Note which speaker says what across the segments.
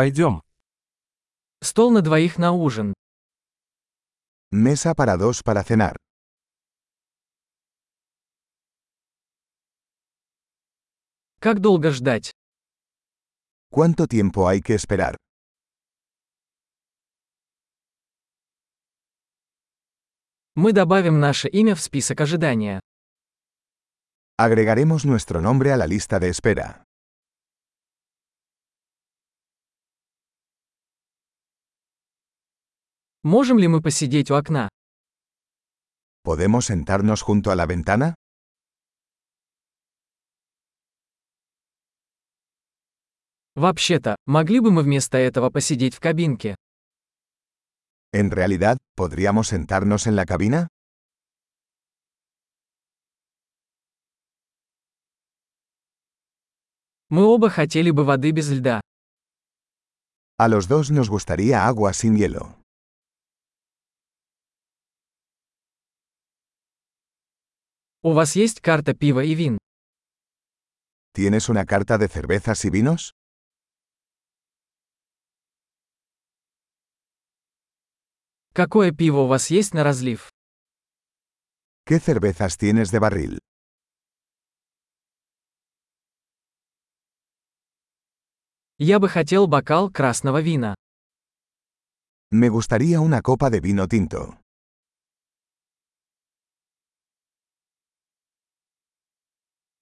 Speaker 1: Пойдем.
Speaker 2: Стол на двоих на ужин.
Speaker 3: Mesa para dos para cenar.
Speaker 2: Как долго ждать?
Speaker 3: ¿Cuánto tiempo hay que esperar?
Speaker 2: Мы добавим наше имя в список ожидания.
Speaker 3: Agregaremos nuestro nombre a la lista de espera.
Speaker 2: Можем ли мы посидеть у окна?
Speaker 3: ¿Podemos sentarnos junto a la ventana?
Speaker 2: Вообще-то, могли бы мы вместо этого посидеть в кабинке?
Speaker 3: En realidad, ¿podríamos sentarnos en la cabina?
Speaker 2: Мы оба хотели бы воды без льда.
Speaker 3: A los dos nos gustaría agua sin hielo.
Speaker 2: У вас есть карта пива и вин?
Speaker 3: ¿Tienes una carta de cervezas y vinos?
Speaker 2: Какое пиво у вас есть на разлив?
Speaker 3: ¿Qué cervezas tienes de barril?
Speaker 2: Я бы хотел бокал красного вина.
Speaker 3: Me gustaría una copa de vino tinto.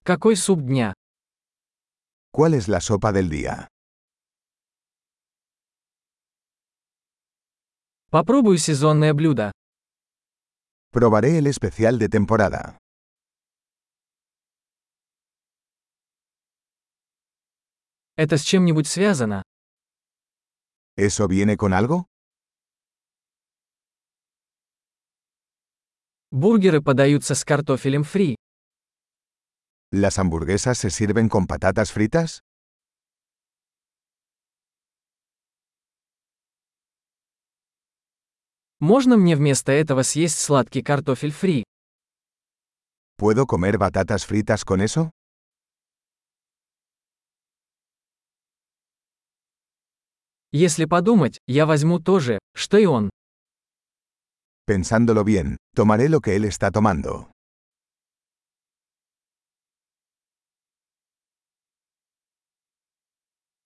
Speaker 2: Какой суп дня?
Speaker 3: ¿Cuál es la sopa del día?
Speaker 2: Попробую сезонное блюдо.
Speaker 3: Probaré el especial de temporada.
Speaker 2: Это с чем-нибудь связано?
Speaker 3: ¿Eso viene con algo?
Speaker 2: Бургеры подаются с картофелем фри.
Speaker 3: ¿Las hamburguesas se sirven con patatas fritas?
Speaker 2: Можно мне вместо этого съесть сладкий картофель фри?
Speaker 3: ¿Puedo comer batatas fritas con eso?
Speaker 2: Если подумать, я возьму то же, что и он.
Speaker 3: Pensándolo bien, tomaré lo que él está tomando.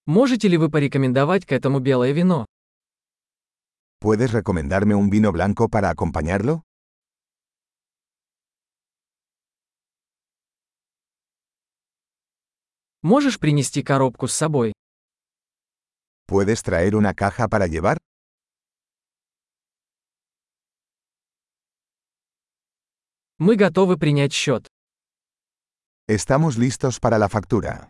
Speaker 2: Можете ли вы порекомендовать к этому белое вино?
Speaker 3: ¿Puedes recomendarme un vino blanco para acompañarlo?
Speaker 2: Можешь принести коробку с собой?
Speaker 3: ¿Puedes traer una caja para llevar?
Speaker 2: Мы готовы принять счет.
Speaker 3: Estamos listos para la factura.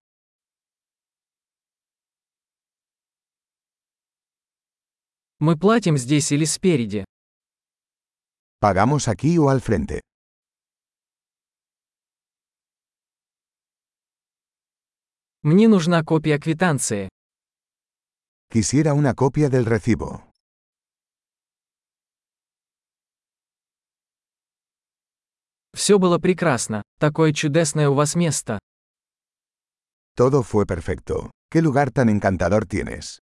Speaker 2: Мы платим здесь или спереди.
Speaker 3: ¿Pagamos aquí o al frente?
Speaker 2: Мне нужна копия квитанции.
Speaker 3: Quisiera una copia del recibo.
Speaker 2: Все было прекрасно. Такое чудесное у вас место.
Speaker 3: Todo fue perfecto. ¿Qué lugar tan encantador tienes?